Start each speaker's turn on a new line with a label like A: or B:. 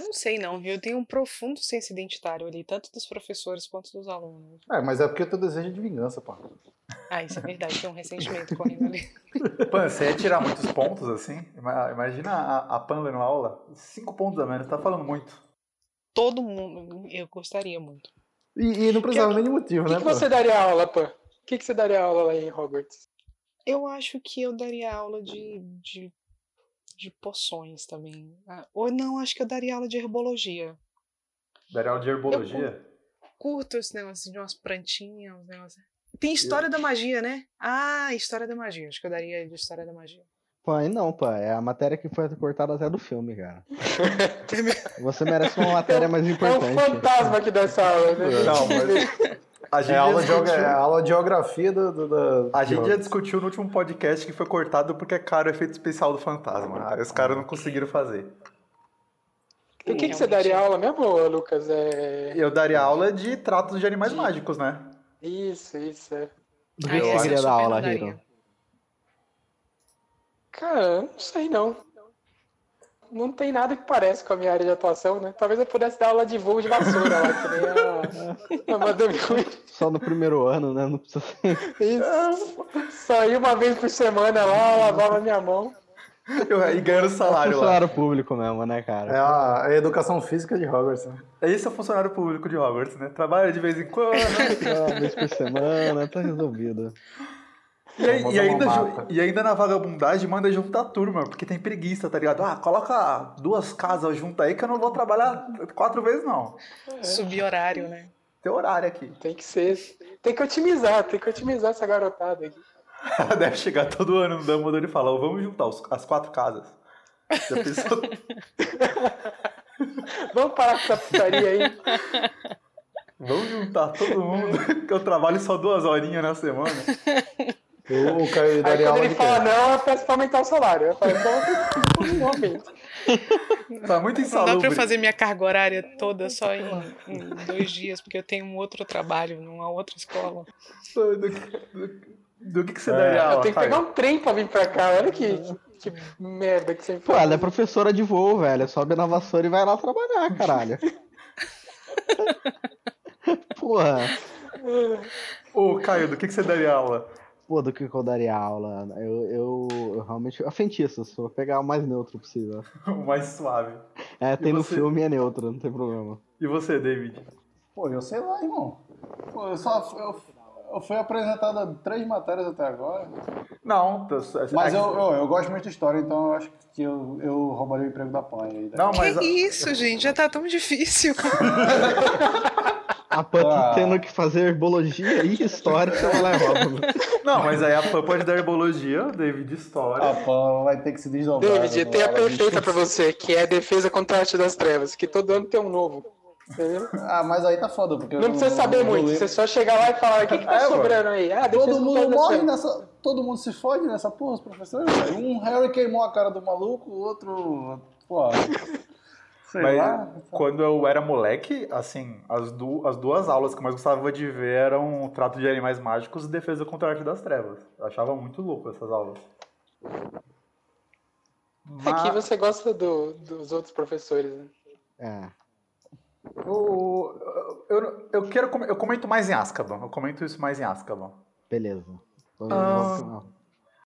A: não sei, não, viu? Eu tenho um profundo senso identitário ali, tanto dos professores quanto dos alunos.
B: É, mas é porque eu tô desejo de vingança, pá.
A: Ah, isso é verdade, tem um ressentimento correndo ali.
C: Pan, você ia tirar muitos pontos assim? Ima- Imagina a, a Pan lendo aula. Cinco pontos a menos, tá falando muito.
A: Todo mundo, eu gostaria muito.
B: E, e não precisava
D: Que-
B: nem de motivo,
D: O
B: né,
D: que, que
B: pô?
D: você daria aula, Pan? O que, que você daria aula lá em Hogwarts?
A: Eu acho que eu daria aula de, de, de poções também. Ah, ou não, acho que eu daria aula de herbologia.
C: Daria aula de herbologia?
A: Curto esse negócio de umas plantinhas, uns negócios. Tem história da magia, né? Ah, história da magia. Acho que eu daria de história da magia.
E: Pô, aí não, pô. É a matéria que foi cortada até do filme, cara. Você merece uma matéria mais
D: É um
E: importante.
D: fantasma aqui dessa aula, né?
C: Não, mas. A gente,
B: É aula, de,
C: já
B: geogra-
C: discutiu,
B: é aula de geografia do, do- da.
C: a gente já discutiu no último podcast que foi cortado porque é caro o efeito especial do fantasma. Aí os caras não conseguiram fazer.
D: Do que, que
A: Realmente.
D: você daria aula mesmo, ô, Lucas? É...
C: Eu daria aula de tratos de animais mágicos, né?
D: Isso, isso. É.
E: Do
A: Ah,
E: que
A: essa
E: você
A: eu
E: queria
A: super
E: dar aula,
A: não daria.
E: Hiro?
D: Cara, eu não sei não. Não tem nada que parece com a minha área de atuação, né? Talvez eu pudesse dar aula de voo de vassoura lá, que nem a, a Madame Wim.
E: Só no primeiro ano, né? Não precisa ser.
D: Isso. Saí uma vez por semana lá, lavava minha mão.
C: Eu, e ganhando salário lá.
E: funcionário público mesmo, né, cara?
B: É a, a educação física de Hogwarts, né?
C: Esse é o funcionário público de Hogwarts, né? Trabalha de vez em quando.
E: É, Uma vez por semana, tá resolvido.
C: E, aí-
B: Vamos
C: e ainda,
B: arrumar
C: ju-
B: um mapa.
C: e ainda na vagabundagem manda juntar a turma, porque tem preguiça, tá ligado? Ah, coloca duas casas junto aí que eu não vou trabalhar quatro vezes, não.
A: Subir horário, né?
C: Tem horário aqui.
D: Tem que ser. Tem que otimizar, tem que otimizar essa garotada aqui.
C: Deve chegar todo ano no Dumbledore e falar, "Ó, vamos juntar os- as quatro casas. Já pensou?
D: Vamos parar com essa putaria aí.
C: vamos juntar todo mundo, que eu trabalho só duas horinhas na semana.
B: Eu, o Caio
D: Aí
B: daria
D: quando
B: aula
D: ele
B: de.
D: fala
B: Quê?
D: não, eu peço pra aumentar o salário. Eu falo, então, não aumenta.
C: Tá muito
A: Não dá
C: insalubre.
A: pra eu fazer minha carga horária toda só em, em dois dias, porque eu tenho um outro trabalho numa outra escola.
C: Do, do- do que, que você
B: É,
C: daria aula,
D: Eu tenho que
C: Caio?
D: pegar um trem pra vir pra cá. Olha que, que, que merda que você me
E: Pô,
D: fala.
E: ela é professora de voo, velho. Sobe na vassoura e vai lá trabalhar, caralho. Porra.
B: um-
C: Ô, Caio, do que, que você daria aula?
E: Pô, do que que eu daria aula? Eu, eu, eu realmente. A feitiça, só vou pegar o mais neutro possível.
C: O mais suave.
E: É, tem no
C: você?
E: filme é neutro, não tem problema.
C: E você, David?
B: Pô, eu sei lá, irmão. Pô, eu só. Eu, eu fui apresentado a três matérias até agora.
C: Não, tá, é, tô-
B: Mas eu, eu, eu gosto muito de história, então eu acho que eu, eu roubaria o emprego da Pan aí. né?
C: Não, mas.
A: que isso, gente? Já tá tão difícil.
E: A Pan tá
B: Ah.
E: tendo que fazer herbologia e história, então ela é Robin.
C: Não, mas aí a Pan pode dar herbologia, David
B: A
C: História.
B: Pan vai ter que se desdobrar.
D: David,
B: né,
D: tem a
B: aula de-
D: perfeita pra você, que é a defesa contra a arte das trevas, que todo ano tem um novo. Entendeu?
B: Ah, mas aí tá foda, porque.
D: Não precisa saber muito, você só chegar lá e falar, o que, que tá
C: É, mano.
D: sobrando aí? Ah, defesa
B: Todo
D: contra
B: mundo
D: a arte das
B: morre
D: trevas.
B: nessa. Todo mundo se fode nessa porra, os professores. velho. Um Harry queimou a cara do maluco, o outro. Pô. Sei
C: Mas
B: lá.
C: quando eu era moleque, assim, as, du- as duas aulas que eu mais gostava de ver eram o Trato de Animais Mágicos e Defesa contra a Arte das Trevas. Eu achava muito louco essas aulas.
D: Aqui
C: Mas
D: você gosta do- dos outros professores, né?
E: É.
C: o- eu, eu, eu quero com- eu comento mais em Azkaban, eu comento isso mais em Azkaban.
E: Beleza. Então, Vamos-
C: Ah.
E: vamos-